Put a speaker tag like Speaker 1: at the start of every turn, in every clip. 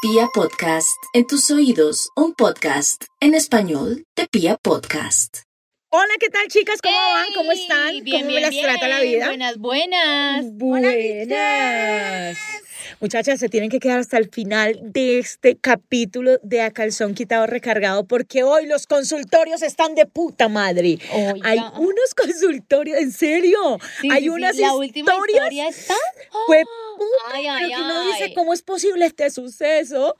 Speaker 1: Pia Podcast, en tus oídos, un podcast en español de Pia Podcast.
Speaker 2: Hola, ¿qué tal, chicas? ¿Cómo van? ¿Cómo
Speaker 3: ¡Ey!
Speaker 2: están?
Speaker 3: Bien,
Speaker 2: ¿Cómo
Speaker 3: bien,
Speaker 2: las
Speaker 3: bien.
Speaker 2: trata la vida?
Speaker 3: Buenas, buenas.
Speaker 2: Buenas. Muchachas, se tienen que quedar hasta el final de este capítulo de A Calzón Quitado Recargado porque hoy los consultorios están de puta madre.
Speaker 3: Oiga.
Speaker 2: Hay unos consultorios, en serio.
Speaker 3: Sí,
Speaker 2: Hay
Speaker 3: sí, sí,
Speaker 2: unas
Speaker 3: La última
Speaker 2: historias.
Speaker 3: historia está.
Speaker 2: Fue
Speaker 3: Ay,
Speaker 2: puta,
Speaker 3: ay,
Speaker 2: pero que uno dice
Speaker 3: ay.
Speaker 2: cómo es posible este suceso.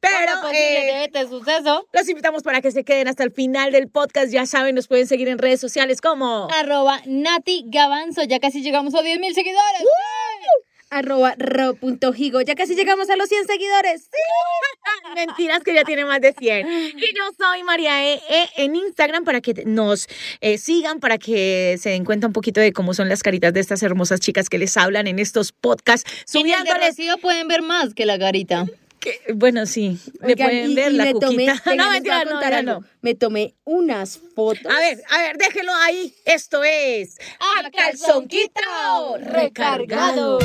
Speaker 2: Pero
Speaker 3: Bueno, pues, sí,
Speaker 2: eh,
Speaker 3: debe de suceso.
Speaker 2: los invitamos para que se queden hasta el final del podcast. Ya saben, nos pueden seguir en redes sociales como
Speaker 3: Arroba Nati Gavanzo. Ya casi llegamos a 10 mil seguidores.
Speaker 4: arroba ro.higo. Ya
Speaker 2: Mm.
Speaker 4: casi llegamos a los 100 seguidores.
Speaker 2: Mentiras que ya tiene más de 100. Y yo soy María E, E en Instagram para que nos eh, sigan, para que se den cuenta un poquito de cómo son las caritas de estas hermosas chicas que les hablan en estos podcasts,
Speaker 3: En el de
Speaker 2: subiéndoles.
Speaker 3: Rocío pueden ver más que la garita.
Speaker 2: que- bueno, sí, me
Speaker 4: Oigan,
Speaker 2: pueden
Speaker 4: y-
Speaker 2: ver
Speaker 4: y
Speaker 2: la
Speaker 4: me
Speaker 2: cuquita.
Speaker 4: tomé- venga,
Speaker 2: no,
Speaker 4: les voy
Speaker 2: mentira,
Speaker 4: a
Speaker 2: no,
Speaker 4: contar
Speaker 2: ya
Speaker 4: algo.
Speaker 2: no.
Speaker 4: Me tomé unas fotos.
Speaker 2: A ver, a ver, déjenlo ahí. Esto es.
Speaker 3: A calzón quitado,
Speaker 2: recargado.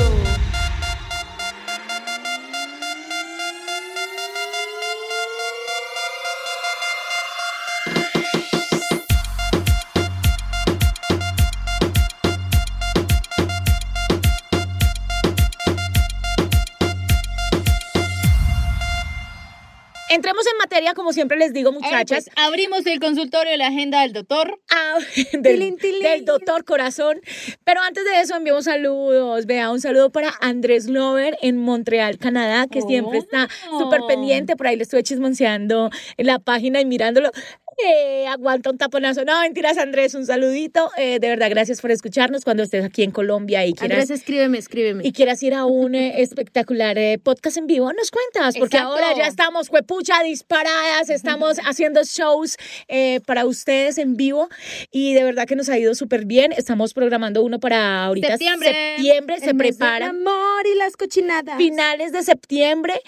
Speaker 2: Entremos en materia, como siempre les digo,
Speaker 3: A ver,
Speaker 2: muchachas.
Speaker 3: pues, abrimos el consultorio de la agenda del doctor.
Speaker 2: Ah, del,
Speaker 4: Tilín, tilín.
Speaker 2: del doctor corazón. Pero antes de eso, enviamos saludos. Vea, un saludo para Andrés Lover en Montreal, Canadá, que siempre está
Speaker 3: Oh.
Speaker 2: súper pendiente. Por ahí le estuve chismonceando en la página y mirándolo. Eh, aguanta un taponazo. No, mentiras, Andrés, un saludito. Eh, de verdad, gracias por escucharnos cuando estés aquí en Colombia y quieras
Speaker 4: Andrés, escríbeme, escríbeme.
Speaker 2: y quieras ir a un eh, espectacular eh, podcast en vivo, nos cuentas, porque
Speaker 3: Exacto.
Speaker 2: ahora ya estamos huepucha disparadas, estamos haciendo shows eh, para ustedes en vivo y de verdad que nos ha ido súper bien. Estamos programando uno para ahorita
Speaker 3: Septiembre.
Speaker 2: septiembre, se
Speaker 4: El mes del
Speaker 2: prepara
Speaker 4: amor y las cochinadas.
Speaker 2: finales de septiembre.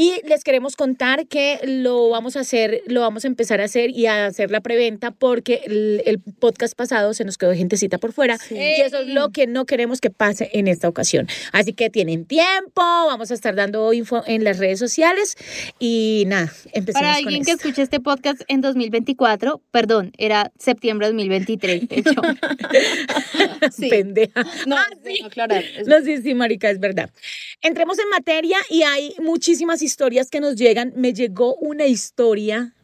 Speaker 2: Y les queremos contar que lo vamos a hacer, lo vamos a empezar a hacer y a hacer la preventa porque el, el podcast pasado se nos quedó gentecita por fuera y eso es lo que no queremos que pase en esta ocasión. Así que tienen tiempo, vamos a estar dando info en las redes sociales y nada, empecemos
Speaker 3: Para
Speaker 2: con
Speaker 3: alguien que
Speaker 2: esto.
Speaker 3: escuche este podcast en 2024, perdón, era septiembre de 2023, de hecho. sí.
Speaker 2: Pendeja.
Speaker 3: No,
Speaker 2: Ah,
Speaker 3: bueno,
Speaker 2: sí.
Speaker 3: aclarar. es-
Speaker 2: No, sí, sí, marica, es verdad. Entremos en materia y hay muchísimas historias que nos llegan. Me llegó una historia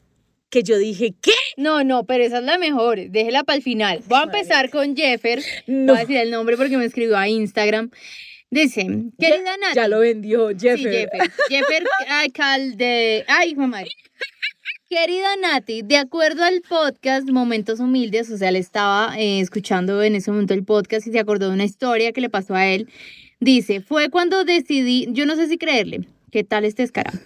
Speaker 2: que yo dije, ¿qué?
Speaker 3: No, no, pero esa es la mejor. Déjela para el final. Voy a empezar con Jeffer.
Speaker 2: No.
Speaker 3: No. Voy a decir el nombre porque me escribió a Instagram. Dice, querida Nati.
Speaker 2: Ya lo vendió Jeff.
Speaker 3: Sí, Jeffer. Jeffer alcalde. Ay, mamá. Querida Nati, de acuerdo al podcast Momentos Humildes, o sea, le estaba eh, escuchando en ese momento el podcast y se acordó de una historia que le pasó a él. Dice, fue cuando decidí, yo no sé si creerle, ¿qué tal este escarado?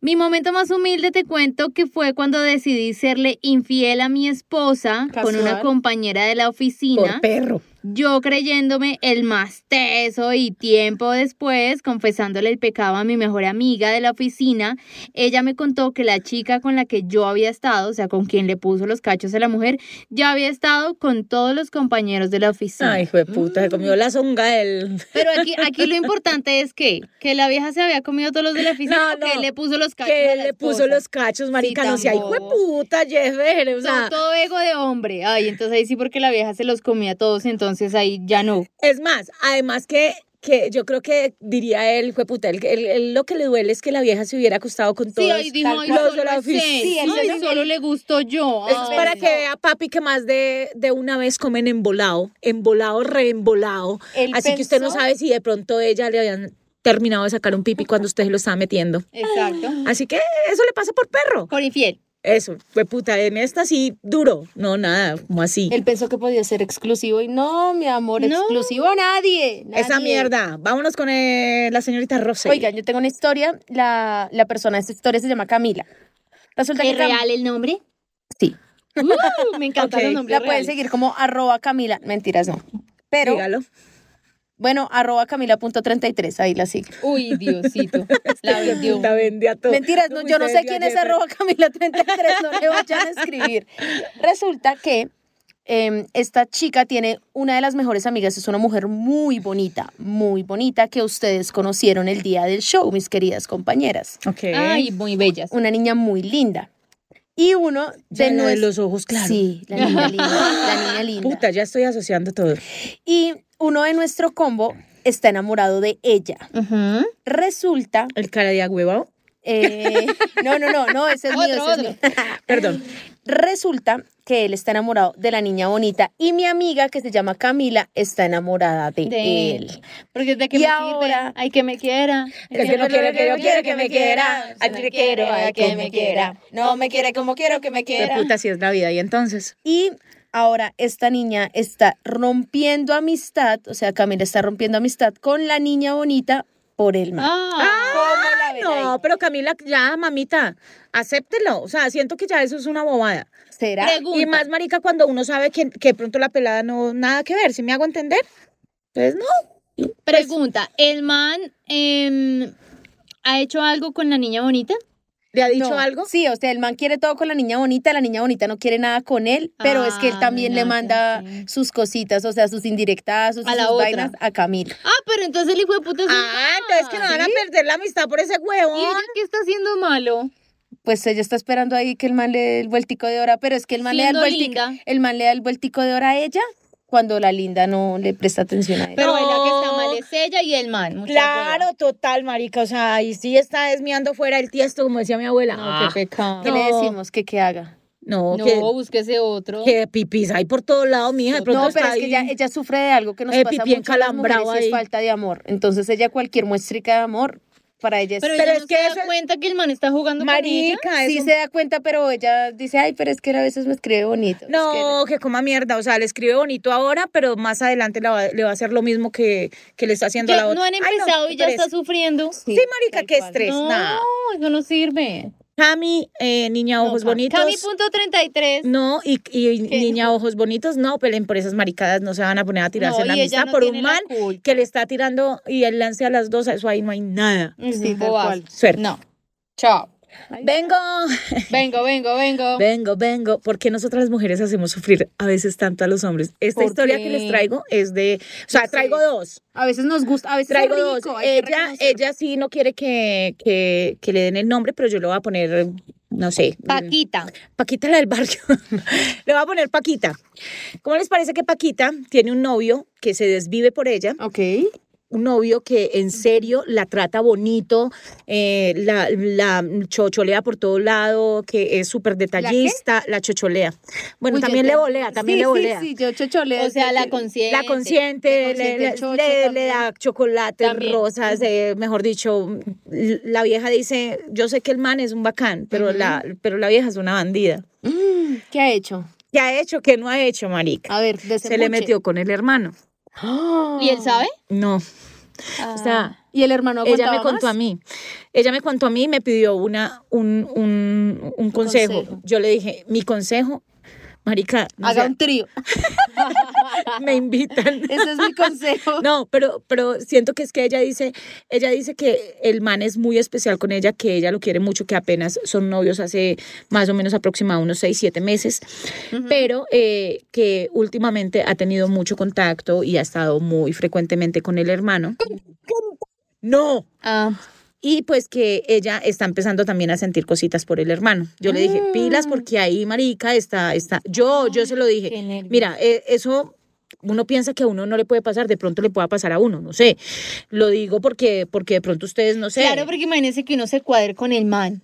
Speaker 3: Mi momento más humilde te cuento que fue cuando decidí serle infiel a mi esposa con una compañera de la oficina.
Speaker 2: Por perro.
Speaker 3: Yo creyéndome el más teso y tiempo después, confesándole el pecado a mi mejor amiga de la oficina, ella me contó que la chica con la que yo había estado, o sea, con quien le puso los cachos a la mujer, ya había estado con todos los compañeros de la oficina.
Speaker 2: Ay, hijo de puta, se
Speaker 3: Mm.
Speaker 2: comió la zonga del.
Speaker 3: Pero aquí, aquí lo importante es que, que la vieja se había comido todos los de la oficina,
Speaker 2: No,
Speaker 3: o que
Speaker 2: no,
Speaker 3: le puso los cachos. a
Speaker 2: Que
Speaker 3: la
Speaker 2: le puso
Speaker 3: esposa.
Speaker 2: los cachos, marica. no sea, hijo de
Speaker 3: tampoco.
Speaker 2: puta, Jeff. O sea,
Speaker 3: Todo- todo ego de hombre. Ay, entonces ahí sí porque la vieja se los comía a todos, entonces ahí ya no.
Speaker 2: Es más, además que, que yo creo que diría él, fue puta, él, él- él lo que le duele es que la vieja se hubiera acostado con todos
Speaker 3: Sí, ahí dijo,
Speaker 2: los
Speaker 3: ay, solo,
Speaker 2: de la
Speaker 3: es él.
Speaker 2: oficina.
Speaker 3: Ay, solo le gustó yo.
Speaker 2: Eso es
Speaker 3: Ay,
Speaker 2: para
Speaker 3: no.
Speaker 2: que vea papi que más de, de una vez comen embolado, embolado, reembolado.
Speaker 4: Él
Speaker 2: Así que usted no
Speaker 4: pensó-
Speaker 2: sabe si de pronto ella le habían terminado de sacar un pipi cuando usted se lo estaba metiendo.
Speaker 3: Exacto.
Speaker 2: Así que eso le pasa por perro.
Speaker 3: Por infiel.
Speaker 2: Eso, fue puta, en esta sí, duro. No, nada, como así.
Speaker 4: Él pensó que podía ser exclusivo y no, mi amor,
Speaker 3: No.
Speaker 4: exclusivo a nadie.
Speaker 2: Esa
Speaker 4: nadie.
Speaker 2: mierda. Vámonos con eh, la señorita Rosé.
Speaker 4: Oiga, yo tengo una historia. La, la persona de esta historia se llama Camila. Resulta que
Speaker 3: ¿Es
Speaker 4: Cam-
Speaker 3: real el nombre?
Speaker 4: Sí.
Speaker 3: Uh, me encantan
Speaker 2: Ok,
Speaker 3: los
Speaker 4: la
Speaker 3: nombres
Speaker 4: pueden
Speaker 3: reales.
Speaker 4: seguir como arroba Camila. Mentiras, no. Pero,
Speaker 2: dígalo.
Speaker 4: bueno, arroba Camila.33, ahí la sigue.
Speaker 3: Uy, Diosito. La vendió.
Speaker 2: Puta, vende a todo.
Speaker 4: Mentiras, no, yo no
Speaker 2: usted
Speaker 4: sé
Speaker 2: vio
Speaker 4: quién
Speaker 2: a
Speaker 4: es
Speaker 2: Jeffer.
Speaker 4: arroba Camila33, no le vayan a escribir. Resulta que eh, esta chica tiene una de las mejores amigas, es una mujer muy bonita, muy bonita, que ustedes conocieron el día del show, mis queridas compañeras.
Speaker 2: Ok.
Speaker 3: Ay, muy bellas.
Speaker 4: Una niña muy linda. Y uno
Speaker 2: Ya
Speaker 4: de
Speaker 2: lo de
Speaker 4: nues-
Speaker 2: los ojos, claro.
Speaker 4: Sí, la niña linda, la niña linda.
Speaker 2: Puta, ya estoy asociando todo.
Speaker 4: Y uno de nuestro combo está enamorado de ella.
Speaker 3: Ujú.
Speaker 4: Resulta,
Speaker 2: El cara de huevado.
Speaker 4: eh, no, no, no, no, ese es mío,
Speaker 3: Otro,
Speaker 4: ese es
Speaker 3: otro.
Speaker 4: mío.
Speaker 2: Perdón.
Speaker 4: Resulta que él está enamorado de la niña bonita y mi amiga que se llama Camila está enamorada de,
Speaker 3: De
Speaker 4: él.
Speaker 3: él. Porque de que
Speaker 4: Y
Speaker 3: me
Speaker 4: ahora-
Speaker 3: sirve, ay que me quiera.
Speaker 2: Es que no quiero que yo quiero que me quiera. A ti te quiero, a que me quiera.
Speaker 4: No me quiere como quiero que me
Speaker 2: Qué puta, si es la vida. Y entonces.
Speaker 4: Y ahora esta niña está rompiendo amistad, o sea, Camila está rompiendo amistad con la niña bonita por el man.
Speaker 3: Ah,
Speaker 4: ¿Cómo la ven ahí?
Speaker 2: No, pero Camila, ya, mamita, acéptelo. O sea, siento que ya eso es una bobada.
Speaker 4: ¿Será?
Speaker 3: pregunta.
Speaker 2: Y más, marica, cuando uno sabe que, que de pronto la pelada no nada que ver, si me hago entender. Pues no.
Speaker 3: Pregunta, ¿el man em, ha hecho algo con la niña bonita?
Speaker 2: ¿Le ha dicho
Speaker 4: No,
Speaker 2: algo?
Speaker 4: Sí, o sea, el man quiere todo con la niña bonita, la niña bonita no quiere nada con él, pero es que él
Speaker 3: Ah,
Speaker 4: también le
Speaker 3: mira,
Speaker 4: manda
Speaker 3: sí.
Speaker 4: sus cositas, o sea, sus indirectas, sus,
Speaker 3: A la
Speaker 4: sus
Speaker 3: otra.
Speaker 4: vainas a Camila.
Speaker 3: Ah, pero entonces el hijo de puta es un
Speaker 2: Ah, entonces que no van a perder la amistad por ese
Speaker 3: ¿Y ella
Speaker 2: huevón.
Speaker 3: qué está haciendo malo?
Speaker 4: Pues ella está esperando ahí que el man le dé el vueltico de hora, pero es que el man, le da el,
Speaker 3: Siendo
Speaker 4: vueltico,
Speaker 3: linda.
Speaker 4: el man le da el vueltico de hora a ella cuando la linda no le presta atención a él.
Speaker 3: Pero
Speaker 2: No.
Speaker 3: la que está mal es ella y el man. mucha hueva.
Speaker 2: Claro, total, marica. O sea, y sí está desmiando fuera el tiesto, como decía mi abuela.
Speaker 3: No, qué pecado.
Speaker 4: ¿Qué le
Speaker 2: no.
Speaker 4: decimos? ¿Que qué haga?
Speaker 2: No,
Speaker 3: No,
Speaker 2: que,
Speaker 3: búsquese otro.
Speaker 2: que pipis hay por todos lados, mija. De pronto
Speaker 4: No, pero
Speaker 2: está
Speaker 4: es que
Speaker 2: ahí.
Speaker 4: ella, ella sufre de algo que nos
Speaker 2: Eh,
Speaker 4: pasa
Speaker 2: pipí
Speaker 4: mucho a las mujeres
Speaker 2: encalambrado
Speaker 4: y es
Speaker 2: ahí.
Speaker 4: falta de amor. Entonces ella cualquier muestrica de amor, para ella es...
Speaker 3: Pero,
Speaker 2: Pero
Speaker 3: ella
Speaker 2: es
Speaker 3: no
Speaker 2: que
Speaker 3: se
Speaker 2: eso
Speaker 3: da
Speaker 2: es-
Speaker 3: cuenta que el man está jugando con ella.
Speaker 2: Marica,
Speaker 4: sí
Speaker 2: eso-
Speaker 4: se da cuenta, pero ella dice, ay, pero es que él a veces me escribe bonito. es que-
Speaker 2: No, que coma mierda. O sea, le escribe bonito ahora, pero más adelante la va- le va a hacer lo mismo que, que le está haciendo a la
Speaker 3: Ya
Speaker 2: otra.
Speaker 3: no han
Speaker 2: Ay, no,
Speaker 3: empezado
Speaker 2: qué
Speaker 3: y ya está
Speaker 2: pereza.
Speaker 3: sufriendo.
Speaker 2: Sí, marica,
Speaker 4: tal
Speaker 2: qué
Speaker 4: cual.
Speaker 2: estrés.
Speaker 3: No,
Speaker 2: Nah.
Speaker 3: eso no sirve.
Speaker 2: Cami, eh, niña ojos bonitos.
Speaker 3: Cami.33.
Speaker 2: No, y, y
Speaker 3: pues, ¿Qué?
Speaker 2: niña ojos bonitos, no, pero por esas maricadas no se van a poner a tirarse
Speaker 3: No,
Speaker 2: en la
Speaker 3: y ella
Speaker 2: amistad
Speaker 3: no
Speaker 2: por
Speaker 3: tiene
Speaker 2: un
Speaker 3: la
Speaker 2: man
Speaker 3: culpa.
Speaker 2: que le está tirando y el lance a las dos, eso ahí no hay nada.
Speaker 4: Sí,
Speaker 3: Ujú,
Speaker 4: tal
Speaker 3: bobas.
Speaker 4: cual.
Speaker 2: Suerte.
Speaker 3: No. Chao.
Speaker 2: Vengo,
Speaker 3: Vengo, vengo, vengo.
Speaker 2: vengo, vengo. ¿Por qué nosotras las mujeres hacemos sufrir a veces tanto a los hombres? Esta
Speaker 3: ¿Por
Speaker 2: historia
Speaker 3: qué?
Speaker 2: que les traigo es de, o sea, traigo dos.
Speaker 4: A veces nos gusta, a veces
Speaker 2: Traigo
Speaker 4: es
Speaker 2: dos. Eh,
Speaker 4: rico, hay que
Speaker 2: Ella,
Speaker 4: reconocer.
Speaker 2: ella sí no quiere que, que, que le den el nombre, pero yo le voy a poner, no sé.
Speaker 3: Paquita.
Speaker 2: Paquita la del barrio. le voy a poner Paquita. ¿Cómo les parece que Paquita tiene un novio que se desvive por ella?
Speaker 4: Ok.
Speaker 2: Un novio que en serio la trata bonito, eh, la, la chocholea por todo lado, que es súper detallista, ¿La, chocholea. Bueno,
Speaker 4: Uy, yo
Speaker 2: también
Speaker 4: te-
Speaker 2: le volea, también
Speaker 4: sí,
Speaker 2: le volea.
Speaker 4: Sí, sí, yo chocholeo.
Speaker 3: O sea, la
Speaker 4: con
Speaker 3: consciente.
Speaker 2: La consiente, le,
Speaker 4: Consciente
Speaker 2: le-
Speaker 4: chocho
Speaker 2: le-
Speaker 4: también.
Speaker 2: le da chocolates,
Speaker 3: También.
Speaker 2: rosas, eh, mejor dicho, l- la vieja dice, yo sé que el man es un bacán, pero, la, pero la vieja es una bandida.
Speaker 4: "Mm, ¿Qué ha hecho?
Speaker 2: ¿Qué ha hecho? ¿Qué no ha hecho, marica?
Speaker 4: A ver,
Speaker 2: Se le
Speaker 4: desembuche.
Speaker 2: metió con el hermano.
Speaker 4: ¡Ah!
Speaker 3: ¿Y él sabe?
Speaker 2: No. O sea,
Speaker 4: ¿Y el hermano
Speaker 2: Ah. ella me
Speaker 4: Ah, aguantaba
Speaker 2: contó a
Speaker 4: más?
Speaker 2: mí. Ella me contó a mí y me pidió una, un, un- un consejo.
Speaker 4: consejo.
Speaker 2: Yo le dije, mi consejo, marica, o
Speaker 4: Haga
Speaker 2: sea,
Speaker 4: un trío.
Speaker 2: me invitan.
Speaker 4: Ese es mi consejo.
Speaker 2: No, pero, pero siento que es que ella dice, ella dice que el man es muy especial con ella, que ella lo quiere mucho, que apenas son novios hace más o menos aproximadamente unos 6, 7 meses, pero eh, que últimamente ha tenido mucho contacto y ha estado muy frecuentemente con el hermano. No.
Speaker 3: Ah,
Speaker 2: Y pues que ella está empezando también a sentir cositas por el hermano. Yo le dije, pilas, porque ahí, marica, está, está. Yo, yo se lo
Speaker 3: qué
Speaker 2: dije.
Speaker 3: nervios.
Speaker 2: Mira, eh, eso uno piensa que a uno no le puede pasar, de pronto le pueda pasar a uno, no sé. Lo digo porque, porque de pronto ustedes no sé.
Speaker 3: Claro, porque imagínense que uno se cuadre con el man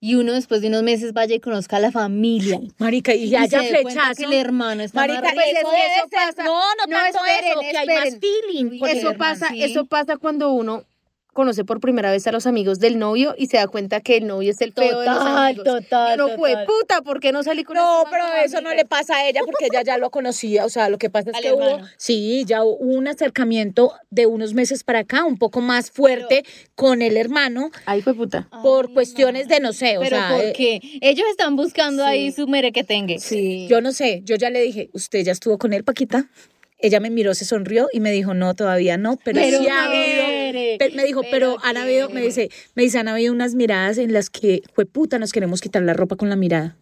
Speaker 3: y uno después de unos meses vaya y conozca a la familia.
Speaker 2: Marica, y,
Speaker 3: Y
Speaker 2: ya haya
Speaker 3: se dé cuenta
Speaker 2: flechazo.
Speaker 3: que el hermano está
Speaker 2: Marica,
Speaker 3: más
Speaker 2: pues
Speaker 3: rico.
Speaker 2: eso,
Speaker 4: Eso
Speaker 2: eso
Speaker 4: pasa.
Speaker 2: pasa. No, no,
Speaker 4: No,
Speaker 2: tanto
Speaker 4: esperen,
Speaker 2: eso, que hay más
Speaker 4: esperen.
Speaker 2: feeling. con el
Speaker 4: Eso
Speaker 2: hermano.
Speaker 4: pasa,
Speaker 3: sí.
Speaker 4: eso pasa cuando uno conoce por primera vez a los amigos del novio y se da cuenta que el novio es el feo de los
Speaker 3: Total,
Speaker 4: amigos.
Speaker 3: total,
Speaker 4: No fue
Speaker 3: total.
Speaker 4: puta, ¿por qué no salí con
Speaker 2: No,
Speaker 4: ese man
Speaker 2: pero
Speaker 4: como
Speaker 2: eso no
Speaker 4: amiga?
Speaker 2: le pasa a ella porque ella ya lo conocía. O sea, lo que pasa es
Speaker 3: Al
Speaker 2: que hubo,
Speaker 3: hermano.
Speaker 2: sí, ya hubo un acercamiento de unos meses para acá, un poco más fuerte con el hermano
Speaker 4: Ay, fue puta.
Speaker 2: por cuestiones de no sé. O
Speaker 3: Pero
Speaker 2: sea,
Speaker 3: ¿por
Speaker 2: eh,
Speaker 3: qué? Ellos están buscando ahí su merequetengue.
Speaker 4: Sí.
Speaker 2: yo no sé. Yo ya le dije, ¿usted ya estuvo con él, Paquita? Ella me miró, se sonrió y me dijo, no, todavía no, pero,
Speaker 3: Pero
Speaker 2: sí ha
Speaker 3: quiere,
Speaker 2: habido. Pe- Me dijo, pero,
Speaker 3: pero
Speaker 2: han habido, me dice, me dice, han habido unas miradas en las que, jueputa, nos queremos quitar la ropa con la mirada.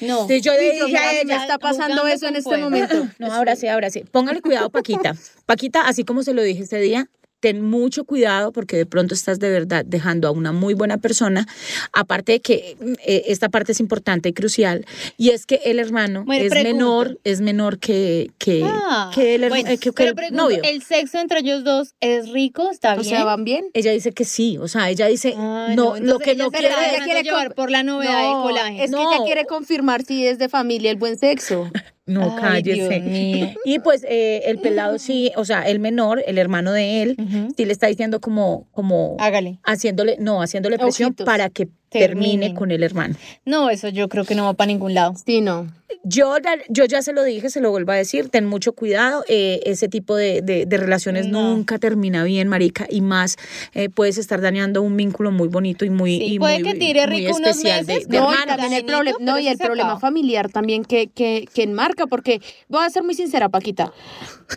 Speaker 3: No.
Speaker 2: Entonces yo le
Speaker 4: Yo,
Speaker 2: dije a
Speaker 4: mira, me
Speaker 2: ella,
Speaker 4: está pasando
Speaker 3: jugando
Speaker 4: eso en
Speaker 3: con
Speaker 4: este
Speaker 3: fuego.
Speaker 4: momento.
Speaker 2: no, ahora sí, ahora sí. Póngale cuidado, Paquita. Paquita, así como se lo dije este día, ten mucho cuidado porque de pronto estás de verdad dejando a una muy buena persona. Aparte de que eh, esta parte es importante y crucial, y es que el hermano
Speaker 3: Bueno,
Speaker 2: es
Speaker 3: pregunta.
Speaker 2: menor, es menor que, que,
Speaker 3: Ah,
Speaker 2: que el, her-
Speaker 3: bueno,
Speaker 2: eh, que- que
Speaker 3: pero
Speaker 2: el
Speaker 3: pregunto,
Speaker 2: novio.
Speaker 3: ¿el sexo entre ellos dos es rico? ¿Está
Speaker 4: O
Speaker 3: bien?
Speaker 4: sea, ¿van bien?
Speaker 2: Ella dice que sí, o sea, ella dice,
Speaker 3: Ay,
Speaker 2: no, lo
Speaker 3: Ah, entonces
Speaker 2: que
Speaker 3: ella
Speaker 2: no
Speaker 3: se
Speaker 2: quiero
Speaker 3: está
Speaker 2: es
Speaker 3: dejando
Speaker 4: ella quiere
Speaker 3: llevar
Speaker 4: com-
Speaker 3: por la novedad del colágeno.
Speaker 4: es que ella
Speaker 2: No.
Speaker 4: quiere confirmar si es de familia el buen sexo.
Speaker 2: No,
Speaker 3: Ay, Dios
Speaker 2: cállese.
Speaker 3: mío.
Speaker 2: Y pues eh, el pelado sí, o sea, el menor, el hermano de él,
Speaker 3: Ujú.
Speaker 2: sí le está diciendo como, como
Speaker 3: Hágale.
Speaker 2: haciéndole, no, haciéndole presión
Speaker 4: Ojitos.
Speaker 2: para que termine
Speaker 3: Terminen.
Speaker 2: con el hermano.
Speaker 3: No, eso yo creo que no va para ningún lado.
Speaker 4: Sí, no.
Speaker 2: Yo, ya- yo ya se lo dije, se lo vuelvo a decir, ten mucho cuidado, eh, ese tipo de, de- de relaciones
Speaker 3: No.
Speaker 2: nunca termina bien, marica, y más eh, puedes estar dañando un vínculo muy bonito y muy,
Speaker 3: Sí,
Speaker 2: y
Speaker 3: puede
Speaker 2: muy-
Speaker 3: que tire
Speaker 2: muy
Speaker 3: rico unos
Speaker 2: especial de-
Speaker 3: meses,
Speaker 2: de
Speaker 3: pero
Speaker 4: No, y
Speaker 2: hermanos.
Speaker 4: también el
Speaker 3: Caminito,
Speaker 4: problema, no,
Speaker 3: pero
Speaker 4: y
Speaker 3: eso
Speaker 4: el
Speaker 3: se
Speaker 4: problema
Speaker 3: acaba.
Speaker 4: familiar también que, que, que enmarca, porque voy a ser muy sincera, Paquita.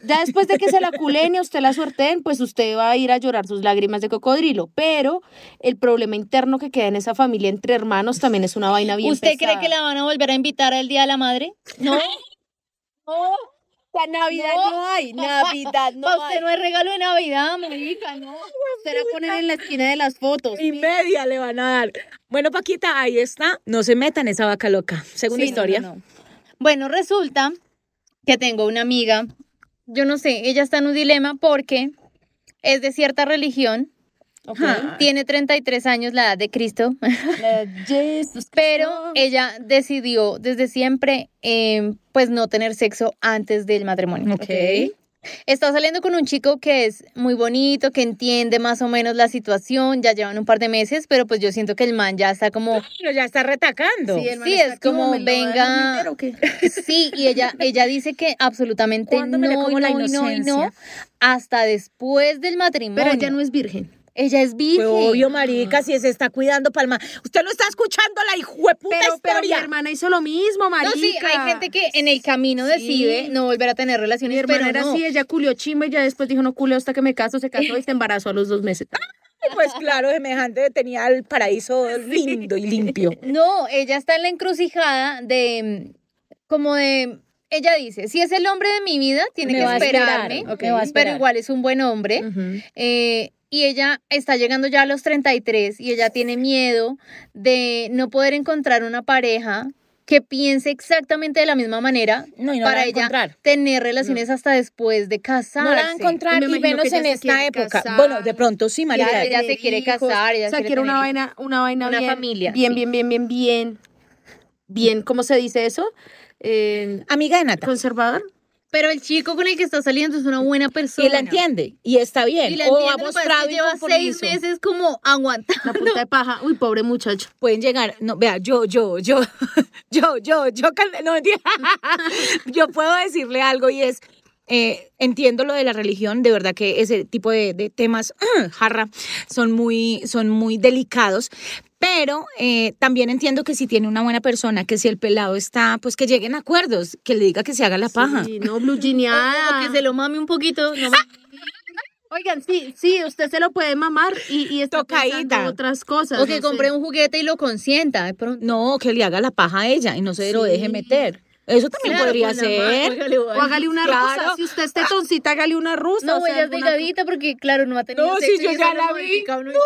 Speaker 4: Ya después de que se la culen y a usted la suerteen, pues usted va a ir a llorar sus lágrimas de cocodrilo. Pero el problema interno que queda en esa familia entre hermanos también es una vaina bien
Speaker 3: ¿Usted cree
Speaker 4: pesada.
Speaker 3: que la van a volver a invitar al Día de la Madre? No. No,
Speaker 4: La Navidad
Speaker 3: No.
Speaker 4: no, hay, Navidad no
Speaker 3: pa' usted
Speaker 4: hay.
Speaker 3: no es regalo de Navidad, marica, no.
Speaker 4: Usted la ponen en la esquina de las fotos.
Speaker 2: Y media le van a dar. Bueno, Paquita, ahí está. No se metan esa vaca loca. Segunda
Speaker 3: Sí, no,
Speaker 2: historia.
Speaker 3: no, no. Bueno, resulta que tengo una amiga, yo no sé, ella está en un dilema porque es de cierta religión,
Speaker 4: Ok.
Speaker 2: Ajá.
Speaker 3: tiene 33 años, la edad de Cristo,
Speaker 4: La Jesus
Speaker 3: pero
Speaker 4: Cristo.
Speaker 3: ella decidió desde siempre eh, pues no tener sexo antes del matrimonio.
Speaker 2: Ok.
Speaker 3: Está saliendo con un chico que es muy bonito, que entiende más o menos la situación, ya llevan un par de meses, pero pues yo siento que el man ya está como
Speaker 2: Pero ya está retacando.
Speaker 4: el man
Speaker 3: sí,
Speaker 4: está
Speaker 3: es como,
Speaker 4: ¿me lo van a dar
Speaker 3: venga.
Speaker 4: entero o qué?
Speaker 3: Sí, y ella, ella dice que absolutamente no,
Speaker 2: ¿Cuándo me le
Speaker 3: y
Speaker 2: como la
Speaker 3: no, y no, y no,
Speaker 2: inocencia?
Speaker 3: hasta después del matrimonio.
Speaker 4: Pero ella no es virgen.
Speaker 3: Ella es virgen.
Speaker 2: Fue obvio, marica, si se está cuidando palma. Usted lo está escuchando la hijueputa
Speaker 4: Pero, pero mi
Speaker 2: historia.
Speaker 4: hermana hizo lo mismo,
Speaker 3: No,
Speaker 4: marica.
Speaker 3: sí, hay gente que en el camino decide no volver a tener
Speaker 4: Mi
Speaker 3: relaciones, pero
Speaker 4: hermana era
Speaker 3: no.
Speaker 4: así, ella culió chimba y ya después dijo, no culeo hasta que me caso, se casó y se embarazó a los dos meses.
Speaker 2: Pues claro, semejante tenía el paraíso lindo y limpio.
Speaker 3: No, ella está en la encrucijada de, mm, como de, ella dice, si es el hombre de mi vida, tiene
Speaker 2: Me
Speaker 3: que
Speaker 2: va a esperar,
Speaker 3: esperarme,
Speaker 2: ok.
Speaker 3: me va a esperar. pero igual es un buen hombre. Eh, y ella está llegando ya a los 33 y ella tiene miedo de no poder encontrar una pareja que piense exactamente de la misma manera
Speaker 2: No, y no la va
Speaker 3: para
Speaker 2: a encontrar.
Speaker 3: ella tener relaciones hasta después de casarse.
Speaker 2: No la va a encontrar
Speaker 4: Me
Speaker 2: y
Speaker 4: imagino
Speaker 2: menos
Speaker 4: que ella
Speaker 2: en
Speaker 4: se
Speaker 2: esta
Speaker 4: quiere
Speaker 2: época.
Speaker 4: casar.
Speaker 2: Bueno, de pronto sí, marica.
Speaker 3: ella se quiere casar, ella
Speaker 4: o sea,
Speaker 3: quiere
Speaker 4: quiere una
Speaker 3: tener
Speaker 4: vaina, una vaina
Speaker 3: una
Speaker 4: bien.
Speaker 3: familia,
Speaker 4: Bien,
Speaker 3: sí.
Speaker 4: bien, bien, bien, bien. Bien, ¿cómo se dice eso? Eh,
Speaker 2: Amiga de Nata.
Speaker 4: ¿Conservador?
Speaker 3: Pero el chico con el que está saliendo es una buena persona.
Speaker 2: Y la entiende. Y está bien.
Speaker 3: Y la
Speaker 2: o
Speaker 3: entiende,
Speaker 2: ha
Speaker 3: lo que pasa es que
Speaker 2: mostrado
Speaker 3: lleva seis
Speaker 2: inconformismo.
Speaker 3: meses como aguantando.
Speaker 4: La punta de paja. Uy, pobre muchacho.
Speaker 2: pueden llegar, no, vea, yo, yo, yo, yo, yo, yo, cal- no, mentira. yo puedo decirle algo y es, eh, entiendo lo de la religión, de verdad que ese tipo de, de temas, jarra, son muy, son muy delicados. Pero eh, también entiendo que si tiene una buena persona, que si el pelado está, pues que lleguen a acuerdos, que le diga que se haga la paja.
Speaker 4: Sí, no, blue
Speaker 3: O- o
Speaker 4: jeaneada.
Speaker 3: que se lo mame un poquito. no me-
Speaker 4: Oigan, sí, sí, usted se lo puede mamar y, y está pensando
Speaker 2: Tocadita.
Speaker 4: otras cosas.
Speaker 3: o que
Speaker 4: no sé.
Speaker 3: compre un juguete y lo consienta. De pronto.
Speaker 2: No, que le haga la paja a ella y no se lo deje meter. Eso también
Speaker 3: Claro,
Speaker 2: podría
Speaker 4: pues
Speaker 3: con la mano,
Speaker 2: ser.
Speaker 3: hágale,
Speaker 4: O
Speaker 3: vale.
Speaker 4: hágale una
Speaker 2: Claro.
Speaker 4: rusa. Si usted es tetoncita, hágale una rusa.
Speaker 3: No,
Speaker 4: o sea,
Speaker 3: ella es
Speaker 4: alguna-
Speaker 3: delgadita porque, claro, no ha tenido
Speaker 2: No,
Speaker 3: sexo.
Speaker 2: si yo
Speaker 3: y
Speaker 2: ya
Speaker 3: eso
Speaker 2: la
Speaker 3: lo
Speaker 2: vi.
Speaker 3: modifica uno y-
Speaker 2: No,